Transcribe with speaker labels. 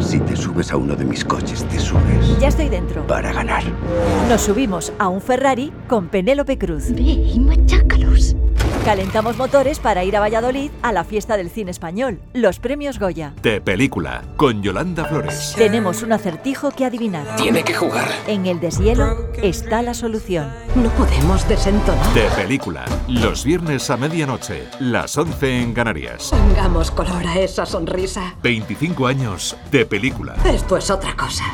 Speaker 1: Si te subes a uno de mis coches, te subes
Speaker 2: Ya estoy dentro.
Speaker 1: para ganar.
Speaker 2: Nos subimos a un Ferrari con Penélope Cruz.
Speaker 3: Ve y machácalos.
Speaker 2: Calentamos motores para ir a Valladolid a la fiesta del cine español, los premios Goya.
Speaker 4: De película, con Yolanda Flores.
Speaker 2: Tenemos un acertijo que adivinar.
Speaker 5: Tiene que jugar.
Speaker 2: En el deshielo está la solución.
Speaker 6: No podemos desentonar.
Speaker 4: De película, los viernes a medianoche, las 11 en Canarias.
Speaker 6: Pongamos color a esa sonrisa.
Speaker 4: 25 años de película.
Speaker 6: Esto es otra cosa.